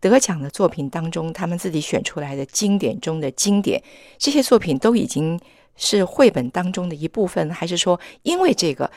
[SPEAKER 1] 得奖的作品当中，他们自己选出来的经典中的经典，这些作品都已经是绘本当中的一部分，还是说因为这个，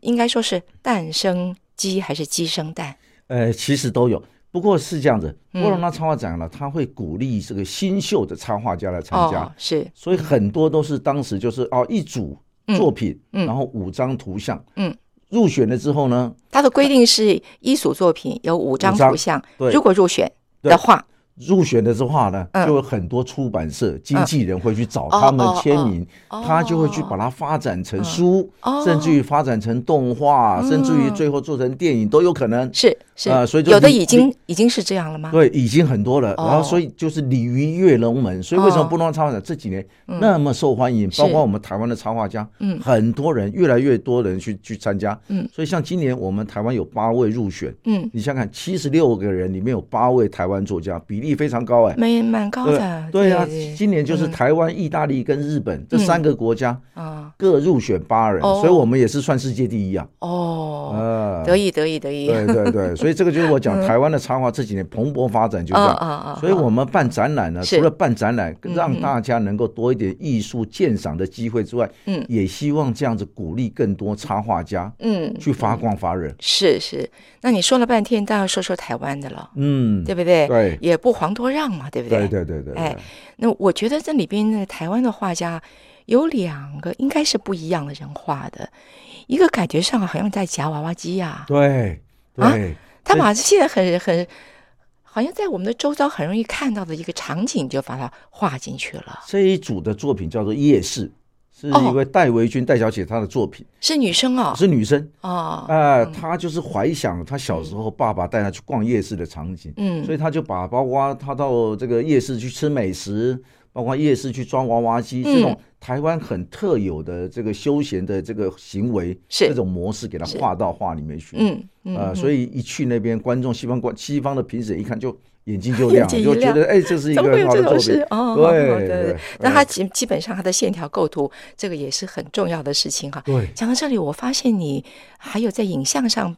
[SPEAKER 1] 应该说是诞生鸡还是鸡生蛋？
[SPEAKER 4] 呃，其实都有，不过是这样子。
[SPEAKER 1] 嗯
[SPEAKER 4] 波隆纳插画展呢，他会鼓励这个新秀的插画家来参加
[SPEAKER 1] 哦，，是
[SPEAKER 4] 所以很多都是当时就是哦一组作品，
[SPEAKER 1] 嗯嗯
[SPEAKER 4] 然后五张图像，
[SPEAKER 1] 嗯，
[SPEAKER 4] 入选了之后呢，
[SPEAKER 1] 它的规定是一组作品有五张
[SPEAKER 4] 五张
[SPEAKER 1] 图像，
[SPEAKER 4] 对
[SPEAKER 1] 如果入选
[SPEAKER 4] 对
[SPEAKER 1] 的话，
[SPEAKER 4] 入选的话呢，
[SPEAKER 1] 嗯
[SPEAKER 4] 就有很多出版社、经纪人会去找他们签名，
[SPEAKER 1] 哦
[SPEAKER 4] 他就会去把它发展成书，
[SPEAKER 1] 哦嗯
[SPEAKER 4] 甚至于发展成动画，甚至于最后做成电影都有可能。
[SPEAKER 1] 是是、
[SPEAKER 4] 啊所以就
[SPEAKER 1] 有的
[SPEAKER 4] 你
[SPEAKER 1] 已经已经是这样了吗？
[SPEAKER 4] 对，已经很多了，
[SPEAKER 1] 啊哦
[SPEAKER 4] 然后所以就是鲤鱼跃龙门，所以为什么不能插画展这几年那么受欢迎？
[SPEAKER 1] 嗯是
[SPEAKER 4] 包括我们台湾的插画家，
[SPEAKER 1] 嗯
[SPEAKER 4] 很多人越来越多人去去参加，
[SPEAKER 1] 嗯，
[SPEAKER 4] 所以像今年我们台湾有八位入选，
[SPEAKER 1] 嗯，
[SPEAKER 4] 你想想看，七十六个人里面有八位台湾作家，比例非常高哎、
[SPEAKER 1] 没蛮高的，
[SPEAKER 4] 对啊
[SPEAKER 1] 对，
[SPEAKER 4] 今年就是
[SPEAKER 1] 嗯
[SPEAKER 4] 台湾、意大利跟日本这三个国家
[SPEAKER 1] 啊、
[SPEAKER 4] 各入选八人，
[SPEAKER 1] 哦
[SPEAKER 4] 所以我们也是算世界第一啊。
[SPEAKER 1] 哦，
[SPEAKER 4] 呃
[SPEAKER 1] 得意得嗯意得意，
[SPEAKER 4] 对对对，所以这个就是 我讲台湾的插画这几年蓬勃发展就这
[SPEAKER 1] 啊
[SPEAKER 4] 样。
[SPEAKER 1] 啊啊！
[SPEAKER 4] 所以我们办展览呢，
[SPEAKER 1] 是
[SPEAKER 4] 除了办展览让
[SPEAKER 1] 嗯
[SPEAKER 4] 大家能够多一点艺术鉴赏的机会之外，
[SPEAKER 1] 嗯
[SPEAKER 4] 也希望这样子鼓励更多插画家
[SPEAKER 1] 嗯，
[SPEAKER 4] 去发光发热。
[SPEAKER 1] 是是，那你说了半天，当然说说台湾的了，
[SPEAKER 4] 嗯，
[SPEAKER 1] 对不对？
[SPEAKER 4] 对
[SPEAKER 1] 也不遑多让嘛，对不
[SPEAKER 4] 对
[SPEAKER 1] 对
[SPEAKER 4] 对对对，
[SPEAKER 1] 哎
[SPEAKER 4] 对，
[SPEAKER 1] 那我觉得这里边的台湾的画家有两个应该是不一样的人画的，一个感觉上好像在夹娃娃机呀、
[SPEAKER 4] 对
[SPEAKER 1] 啊
[SPEAKER 4] 对。
[SPEAKER 1] 他把现在很很。好像在我们的周遭很容易看到的一个场景，就把它画进去了。
[SPEAKER 4] 这一组的作品叫做《夜市》，是
[SPEAKER 1] 哦
[SPEAKER 4] 一位戴维君戴小姐她的作品，
[SPEAKER 1] 是女生哦，
[SPEAKER 4] 是女生。
[SPEAKER 1] 哦，
[SPEAKER 4] 呃，她就是怀想她小时候爸爸带她去逛夜市的场景，
[SPEAKER 1] 嗯
[SPEAKER 4] 所以她就把包括她到这个夜市去吃美食，包括夜市去抓娃娃机、
[SPEAKER 1] 嗯
[SPEAKER 4] 这种台湾很特有的这个休闲的这个行为，
[SPEAKER 1] 是
[SPEAKER 4] 这种模式给她画到画里面去。
[SPEAKER 1] 嗯嗯，
[SPEAKER 4] 呃，
[SPEAKER 1] 嗯
[SPEAKER 4] 所以一去那边，观众西方观西方的评审一看就眼睛就亮了，
[SPEAKER 1] 眼睛一
[SPEAKER 4] 就觉
[SPEAKER 1] 亮
[SPEAKER 4] 得哎，这是一
[SPEAKER 1] 怎
[SPEAKER 4] 个
[SPEAKER 1] 么会
[SPEAKER 4] 很
[SPEAKER 1] 有
[SPEAKER 4] 好
[SPEAKER 1] 这
[SPEAKER 4] 的作
[SPEAKER 1] 种
[SPEAKER 4] 品
[SPEAKER 1] 事？。哦，
[SPEAKER 4] 对
[SPEAKER 1] 对
[SPEAKER 4] 对
[SPEAKER 1] 那它
[SPEAKER 4] 哎
[SPEAKER 1] 基基本上它的线条构图，这个也是很重要的事情哈。
[SPEAKER 4] 对，
[SPEAKER 1] 讲到这里，我发现你还有在影像上，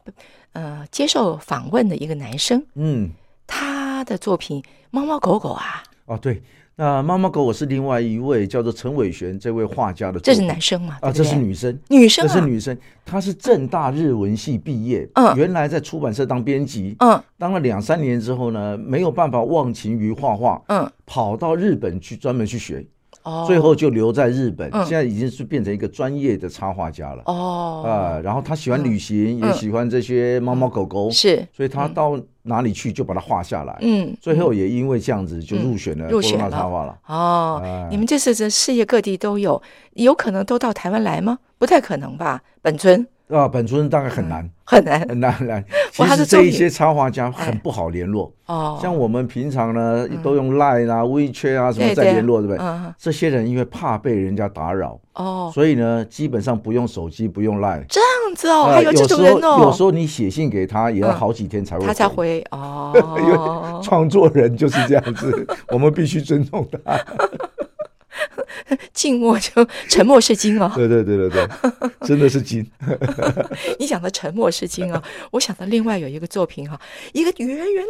[SPEAKER 1] 呃，接受访问的一个男生，
[SPEAKER 4] 嗯。
[SPEAKER 1] 他的作品《猫猫狗狗》啊，
[SPEAKER 4] 哦，对，那猫猫狗我是另外一位叫做陈伟璇这位画家的作
[SPEAKER 1] 这
[SPEAKER 4] 品，
[SPEAKER 1] 是男生嘛？
[SPEAKER 4] 啊，
[SPEAKER 1] 对
[SPEAKER 4] 这
[SPEAKER 1] 不
[SPEAKER 4] 是
[SPEAKER 1] 对
[SPEAKER 4] 女生，
[SPEAKER 1] 女生
[SPEAKER 4] 这
[SPEAKER 1] 啊，
[SPEAKER 4] 是女生，她是正大日文系毕业，
[SPEAKER 1] 嗯
[SPEAKER 4] 原来在出版社当编辑，
[SPEAKER 1] 嗯
[SPEAKER 4] 当了两三年之后呢，没有办法忘情于画画，
[SPEAKER 1] 嗯
[SPEAKER 4] 跑到日本去专门去学，
[SPEAKER 1] 哦，
[SPEAKER 4] 最后就留在日本，
[SPEAKER 1] 嗯
[SPEAKER 4] 现在已经是变成一个专业的插画家了。
[SPEAKER 1] 哦
[SPEAKER 4] 啊、然后她喜欢旅行，
[SPEAKER 1] 嗯
[SPEAKER 4] 也喜欢这些猫猫狗狗，
[SPEAKER 1] 是
[SPEAKER 4] 所以她到哪里去就把它画下来。
[SPEAKER 1] 嗯
[SPEAKER 4] 最后也因为这样子就入选了
[SPEAKER 1] 嗯入选
[SPEAKER 4] 波罗纳插
[SPEAKER 1] 了
[SPEAKER 4] 画了。
[SPEAKER 1] 哦，
[SPEAKER 4] 哎
[SPEAKER 1] 你们这次这世界各地都有，有可能都到台湾来吗？不太可能吧，本尊
[SPEAKER 4] 啊，本尊大概很难，
[SPEAKER 1] 很难
[SPEAKER 4] 很难很难。其
[SPEAKER 1] 哇他的
[SPEAKER 4] 实
[SPEAKER 1] 作
[SPEAKER 4] 这
[SPEAKER 1] 品
[SPEAKER 4] 一些插画家
[SPEAKER 1] 哎
[SPEAKER 4] 很不好联络，
[SPEAKER 1] 哦。嗯
[SPEAKER 4] 像我们平常呢都用 Line 啊、WeChat 啊什么
[SPEAKER 1] 对
[SPEAKER 4] 在
[SPEAKER 1] 对
[SPEAKER 4] 联络，对不对？
[SPEAKER 1] 嗯
[SPEAKER 4] 这些人因为怕被人家打扰，
[SPEAKER 1] 哦，
[SPEAKER 4] 所以呢基本上不用手机，不用 Line。
[SPEAKER 1] 这样子哦，
[SPEAKER 4] 呃
[SPEAKER 1] 还有这种人
[SPEAKER 4] 有时候有时
[SPEAKER 1] 哦，
[SPEAKER 4] 候你写信给他也要
[SPEAKER 1] 嗯
[SPEAKER 4] 好几天才会，
[SPEAKER 1] 他才。 回哦。
[SPEAKER 4] 创作人就是这样 子，我们必须尊重他。
[SPEAKER 1] 静默就沉默是金 哦。
[SPEAKER 4] 对对对对对，真的是金。
[SPEAKER 1] 你讲的沉默是金 哦，我想到另外有一个作品哈、一个圆圆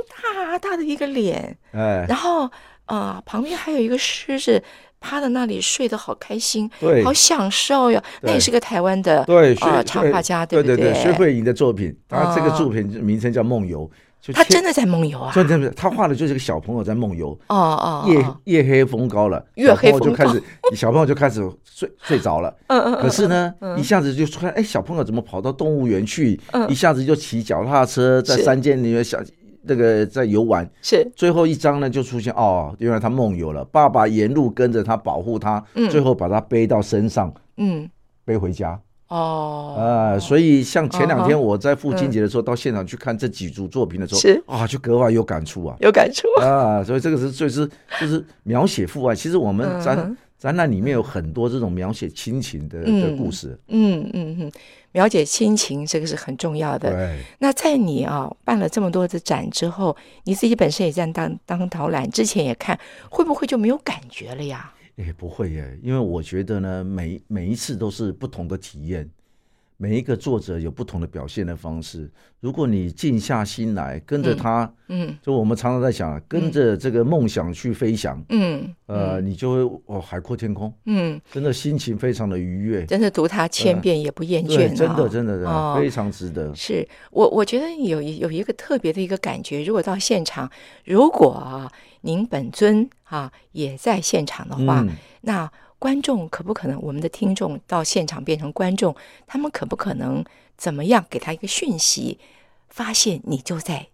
[SPEAKER 1] 大大的一个脸，
[SPEAKER 4] 哎，
[SPEAKER 1] 然后啊、呃旁边还有一个狮子趴在那里睡得好开心，
[SPEAKER 4] 对
[SPEAKER 1] 好享受哟。那也
[SPEAKER 4] 对
[SPEAKER 1] 是个台湾的呃
[SPEAKER 4] 对，薛
[SPEAKER 1] 插画家，
[SPEAKER 4] 对
[SPEAKER 1] 不
[SPEAKER 4] 对，薛慧莹的作品，她这个
[SPEAKER 1] 啊
[SPEAKER 4] 作品名称叫《梦游》，就
[SPEAKER 1] 他
[SPEAKER 4] 切
[SPEAKER 1] 真的在梦游啊。
[SPEAKER 4] 所以他们他画的就是个小朋友在梦游，
[SPEAKER 1] 哦哦，
[SPEAKER 4] 夜
[SPEAKER 1] 哦
[SPEAKER 4] 夜黑风高了，
[SPEAKER 1] 月
[SPEAKER 4] 小朋
[SPEAKER 1] 黑
[SPEAKER 4] 友
[SPEAKER 1] 风
[SPEAKER 4] 就开始 小朋友就开始睡 睡着了。
[SPEAKER 1] 嗯嗯嗯嗯
[SPEAKER 4] 可是呢，一下子就突然，哎，小朋友怎么跑到动物园去？一下子就骑脚踏车在
[SPEAKER 1] 是
[SPEAKER 4] 山间里面小那个在游玩。
[SPEAKER 1] 是
[SPEAKER 4] 最后一张呢，就出现哦，原来他梦游了，爸爸沿路跟着他保护他，
[SPEAKER 1] 嗯
[SPEAKER 4] 最后把他背到身上
[SPEAKER 1] 嗯
[SPEAKER 4] 背回家。
[SPEAKER 1] 哦，
[SPEAKER 4] 啊，所以像前两
[SPEAKER 1] 嗯
[SPEAKER 4] 天我在父亲节的时候到现场去看这几组作品的时候，
[SPEAKER 1] 是。
[SPEAKER 4] 啊，就格外有感触啊
[SPEAKER 1] 有感触。
[SPEAKER 4] 啊，所以这个是就是就是描写父爱。其实我们展、
[SPEAKER 1] 嗯哼
[SPEAKER 4] 展览里面有很多这种描写亲情的的
[SPEAKER 1] 嗯
[SPEAKER 4] 故事。
[SPEAKER 1] 嗯嗯嗯，了解亲情这个是很重要的。
[SPEAKER 4] 对，
[SPEAKER 1] 那在你啊办了这么多的展之后，你自己本身也在当当导览，之前也看，会不会就没有感觉了呀？
[SPEAKER 4] 也不会耶，因为我觉得呢，每每一次都是不同的体验，每一个作者有不同的表现的方式。如果你静下心来，跟着
[SPEAKER 1] 嗯
[SPEAKER 4] 他，
[SPEAKER 1] 嗯
[SPEAKER 4] 就我们常常在想，啊跟着这个梦想去飞翔，
[SPEAKER 1] 嗯
[SPEAKER 4] 呃，你就会哦海阔天空，
[SPEAKER 1] 嗯，
[SPEAKER 4] 真的心情非常的愉悦。
[SPEAKER 1] 真是读它千
[SPEAKER 4] 嗯
[SPEAKER 1] 遍也不厌倦、
[SPEAKER 4] 对，
[SPEAKER 1] 啊，
[SPEAKER 4] 真的，真的，真的
[SPEAKER 1] 哦
[SPEAKER 4] 非常值得。
[SPEAKER 1] 是我，我觉得有一有一个特别的一个感觉。如果到现场，如果啊您本尊啊也在现场的话，
[SPEAKER 4] 嗯，
[SPEAKER 1] 那观众可不可能，我们的听众到现场变成观众，他们可不可能怎么样给他一个讯息，发现你就在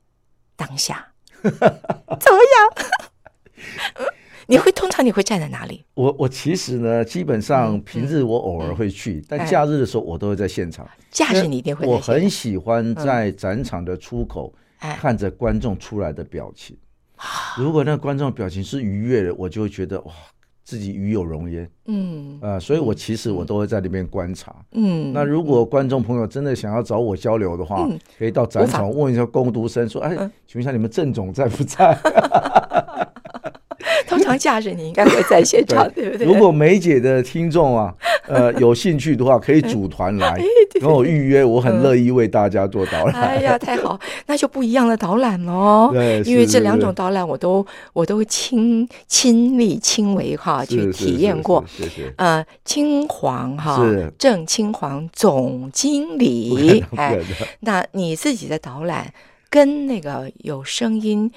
[SPEAKER 1] 当下，怎么样？ 你会通常你会站在哪里？
[SPEAKER 4] 我我其实呢，基本
[SPEAKER 1] 嗯
[SPEAKER 4] 上平日我偶尔会去，但假日的时候我都会在现场。
[SPEAKER 1] 哎假日你一定会
[SPEAKER 4] 我
[SPEAKER 1] 在现
[SPEAKER 4] 很
[SPEAKER 1] 场，嗯
[SPEAKER 4] 喜欢在展场的出口
[SPEAKER 1] 哎，啊
[SPEAKER 4] 看着观众出来的表情。如果那个观众表情是愉悦的，我就会觉得哇，自己与有荣焉。
[SPEAKER 1] 嗯
[SPEAKER 4] 呃，所以我其实我都会在那边观察。
[SPEAKER 1] 嗯，
[SPEAKER 4] 那如果观众朋友真的想要找我交流的话，
[SPEAKER 1] 嗯
[SPEAKER 4] 可以到展
[SPEAKER 1] 无
[SPEAKER 4] 场问一下工读生说：“哎，
[SPEAKER 1] 嗯
[SPEAKER 4] 请问一下你们郑总在不在
[SPEAKER 1] 通常假日你应该会在 现场，对不？”对？
[SPEAKER 4] 如果梅姐的听 众啊，呃，有兴趣的话，可以组团来跟我预约，我很乐意为大家做导 览。
[SPEAKER 1] 哎呀，太好，那就不一样的导览喽。
[SPEAKER 4] 对
[SPEAKER 1] 哦因为
[SPEAKER 4] 是
[SPEAKER 1] 这两
[SPEAKER 4] 是
[SPEAKER 1] 种导览我都我都亲亲力亲为哈去
[SPEAKER 4] 是是
[SPEAKER 1] 体验
[SPEAKER 4] 是
[SPEAKER 1] 过。
[SPEAKER 4] 是谢谢。
[SPEAKER 1] 呃，清皇哈
[SPEAKER 4] 是，
[SPEAKER 1] 郑清皇总经理，哎
[SPEAKER 4] 对，的
[SPEAKER 1] 那你自己的导览跟那个有声音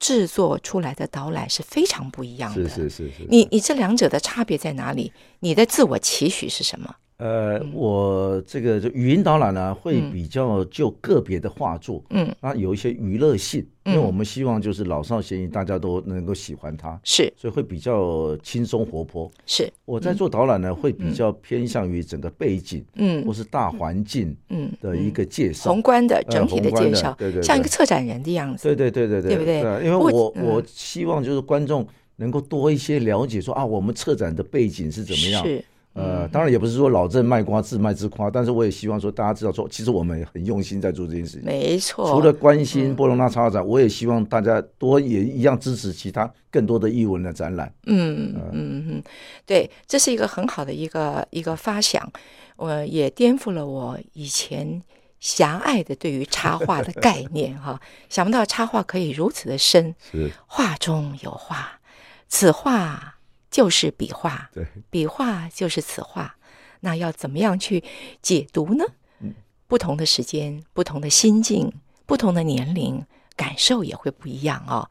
[SPEAKER 1] 制作出来的导览是非常不一样的。
[SPEAKER 4] 是是是是。
[SPEAKER 1] 你你这两者的差别在哪里？你的自我期许是什么？
[SPEAKER 4] 呃，我这个就语音导览呢，会比较就个别的画作，
[SPEAKER 1] 嗯，
[SPEAKER 4] 那有一些娱乐性，因为
[SPEAKER 1] 嗯
[SPEAKER 4] 我们希望就是老少咸宜，大家都能够喜欢它，
[SPEAKER 1] 是
[SPEAKER 4] 所以会比较轻松活泼。
[SPEAKER 1] 是，
[SPEAKER 4] 我在做导览呢，会比较偏向于整个背景或
[SPEAKER 1] 嗯
[SPEAKER 4] 是大环境
[SPEAKER 1] 嗯
[SPEAKER 4] 的一个介绍
[SPEAKER 1] 宏。观的
[SPEAKER 4] 呃
[SPEAKER 1] 整体的
[SPEAKER 4] 宏观
[SPEAKER 1] 介
[SPEAKER 4] 的
[SPEAKER 1] 绍，
[SPEAKER 4] 对对对
[SPEAKER 1] 像一个策展人的样子。
[SPEAKER 4] 对对对对
[SPEAKER 1] 对不对
[SPEAKER 4] 啊因为
[SPEAKER 1] 不过
[SPEAKER 4] 我
[SPEAKER 1] 嗯
[SPEAKER 4] 我希望就是观众能够多一些了解，说啊，我们策展的背景是怎么样，
[SPEAKER 1] 是，嗯
[SPEAKER 4] 呃，当然也不是说老郑卖瓜自卖自夸，但是我也希望说大家知道说，其实我们也很用心在做这件事情。
[SPEAKER 1] 没错。嗯
[SPEAKER 4] 除了关心波隆纳插画展，我也希望大家多也一样支持其他更多的艺文的展览。
[SPEAKER 1] 嗯嗯嗯，对，这是一个很好的一个一个发想，我也颠覆了我以前狭隘的对于插画的概念哈、 想不到插画可以如此的深，
[SPEAKER 4] 是
[SPEAKER 1] 画中有画，此画就是彼画，
[SPEAKER 4] 对，
[SPEAKER 1] 笔画就是此画，那要怎么样去解读呢？
[SPEAKER 4] 嗯
[SPEAKER 1] 不同的时间、不同的心境、不同的年龄，感受也会不一样哦，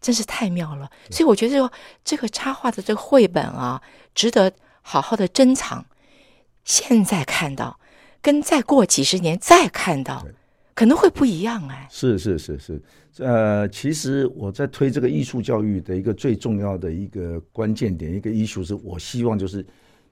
[SPEAKER 1] 真是太妙了。
[SPEAKER 4] 嗯
[SPEAKER 1] 所以我觉得这个插画的这个绘本啊，值得好好的珍藏。现在看到，跟再过几十年再看到，可能会不一样哎。
[SPEAKER 4] 是是是是，呃，其实我在推这个艺术教育的一个最重要的一个关键点，一个艺术是我希望就是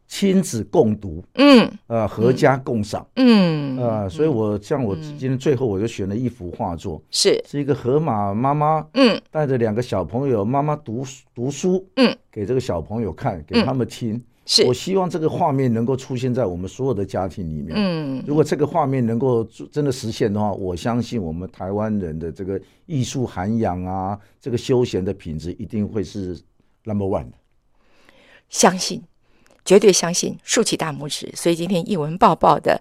[SPEAKER 4] 亲子共读，
[SPEAKER 1] 嗯
[SPEAKER 4] 呃，合家共赏，
[SPEAKER 1] 嗯，
[SPEAKER 4] 呃，所以我像我今天最后我就选了一幅画作，
[SPEAKER 1] 是
[SPEAKER 4] 是一个河马妈妈
[SPEAKER 1] 嗯
[SPEAKER 4] 带着两个小朋友，妈妈读书读书，
[SPEAKER 1] 嗯，
[SPEAKER 4] 给这个小朋友看，给他们听。
[SPEAKER 1] 是
[SPEAKER 4] 我希望这个画面能够出现在我们所有的家庭里面。
[SPEAKER 1] 嗯
[SPEAKER 4] 如果这个画面能够做真的实现的话，我相信我们台湾人的这个艺术涵养啊，这个休闲的品质一定会是 number one 的。
[SPEAKER 1] 相信，绝对相信，竖起大拇指。所以今天一文抱抱的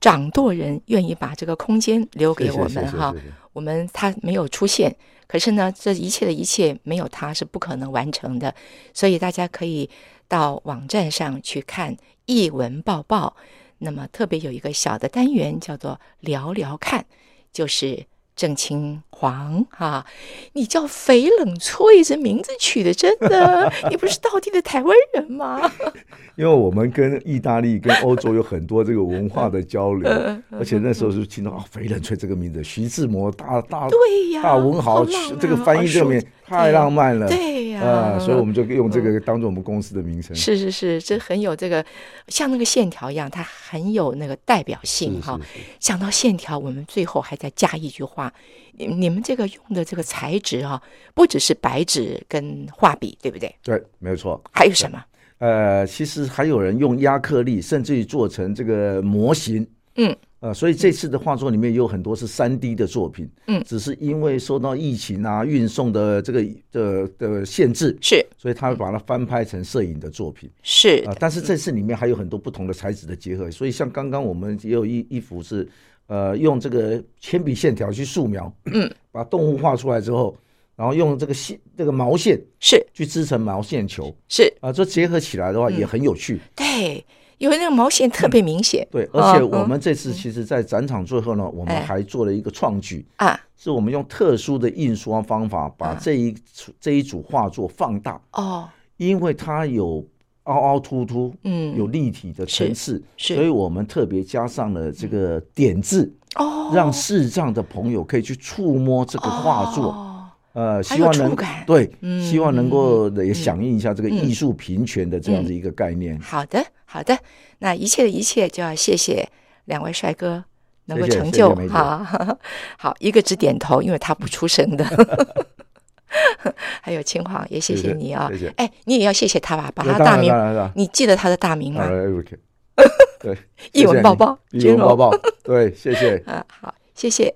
[SPEAKER 1] 掌舵人愿意把这个空间留给我
[SPEAKER 4] 谢谢
[SPEAKER 1] 们哈
[SPEAKER 4] 谢谢谢谢，
[SPEAKER 1] 我们他没有出现。可是呢，这一切的一切没有他是不可能完成的，所以大家可以到网站上去看译文抱抱。那么特别有一个小的单元叫做“聊聊看”，就是郑清皇哈、你叫翡冷翠这名字取的真的，你不是道地的台湾人
[SPEAKER 4] 哦
[SPEAKER 1] 吗？
[SPEAKER 4] 因为我们跟意大利、跟欧洲有很多这个文化的 交流，而且那时候是听到啊“翡冷翠”这个名字，徐志摩大大
[SPEAKER 1] 对呀
[SPEAKER 4] 大文豪
[SPEAKER 1] 好浪漫
[SPEAKER 4] 这个翻译这个名
[SPEAKER 1] 好熟，
[SPEAKER 4] 太浪漫了。
[SPEAKER 1] 对呀、
[SPEAKER 4] 啊，所以我们就用这个当做我们公司的名称。
[SPEAKER 1] 是是是，这很有这个像那个线条一样，它很有那个代表性哈。讲到线条，我们最后还再加一句话：你你们这个用的这个材质啊，不只是白纸跟画笔，对不对？
[SPEAKER 4] 对，没有错。
[SPEAKER 1] 还有什么？
[SPEAKER 4] 呃，其实还有人用亚克力，甚至于做成这个模型。
[SPEAKER 1] 嗯，
[SPEAKER 4] 呃，所以这次的画作里面也有很多是三 D 的作品。
[SPEAKER 1] 嗯
[SPEAKER 4] 只是因为受到疫情啊、运送的这个的的限制，
[SPEAKER 1] 是
[SPEAKER 4] 所以他会把它翻拍成摄影的作品。
[SPEAKER 1] 是
[SPEAKER 4] 啊、但是这次里面还有很多不同的材质的结合，所以像刚刚我们也有一一幅是，呃，用这个铅笔线条去素描，
[SPEAKER 1] 嗯，
[SPEAKER 4] 把动物画出来之后，然后用这个线这个毛线
[SPEAKER 1] 是
[SPEAKER 4] 去织成毛线球，
[SPEAKER 1] 是，
[SPEAKER 4] 啊、这结合起来的话
[SPEAKER 1] 嗯
[SPEAKER 4] 也很有趣。
[SPEAKER 1] 对，因为那个毛线
[SPEAKER 4] 嗯
[SPEAKER 1] 特别明显、
[SPEAKER 4] 对，而且
[SPEAKER 1] 嗯
[SPEAKER 4] 我们这次其实，在展场最后呢，我们
[SPEAKER 1] 哎
[SPEAKER 4] 还做了一个创举，
[SPEAKER 1] 啊。
[SPEAKER 4] 是我们用特殊的印刷方法把
[SPEAKER 1] 啊
[SPEAKER 4] 这一组这一组画作放大，
[SPEAKER 1] 哦，
[SPEAKER 4] 因为它有凹凹凸凸，
[SPEAKER 1] 嗯
[SPEAKER 4] 有立体的层次，
[SPEAKER 1] 是是
[SPEAKER 4] 所以我们特别加上了这个点字，
[SPEAKER 1] 哦，
[SPEAKER 4] 让视障的朋友可以去触摸这个画作，
[SPEAKER 1] 哦
[SPEAKER 4] 呃，
[SPEAKER 1] 还
[SPEAKER 4] 希
[SPEAKER 1] 有
[SPEAKER 4] 望
[SPEAKER 1] 触
[SPEAKER 4] 能
[SPEAKER 1] 感
[SPEAKER 4] 对，
[SPEAKER 1] 嗯
[SPEAKER 4] 希望能够也响应一下这个
[SPEAKER 1] 嗯
[SPEAKER 4] 艺术平权的这样子一个概念。
[SPEAKER 1] 好的，好的，那一切的一切就要谢谢两位帅哥能够
[SPEAKER 4] 谢谢
[SPEAKER 1] 成
[SPEAKER 4] 谢谢
[SPEAKER 1] 就
[SPEAKER 4] 梅姐
[SPEAKER 1] 哈，好，一个只点头，因为他不出声的。 还有秦皇也谢
[SPEAKER 4] 谢
[SPEAKER 1] 谢
[SPEAKER 4] 谢
[SPEAKER 1] 你啊、
[SPEAKER 4] 谢谢
[SPEAKER 1] 哎，你也要谢谢他吧，把
[SPEAKER 4] 那
[SPEAKER 1] 他
[SPEAKER 4] 当
[SPEAKER 1] 大
[SPEAKER 4] 然
[SPEAKER 1] 名
[SPEAKER 4] 当，然当然
[SPEAKER 1] 你记得他的大名吗？
[SPEAKER 4] 呃，OK，对，
[SPEAKER 1] 一
[SPEAKER 4] 谢谢
[SPEAKER 1] 文
[SPEAKER 4] 你
[SPEAKER 1] 抱抱
[SPEAKER 4] 一
[SPEAKER 1] 君
[SPEAKER 4] 文
[SPEAKER 1] 荣
[SPEAKER 4] 抱抱，对，谢谢。
[SPEAKER 1] 啊，好，谢谢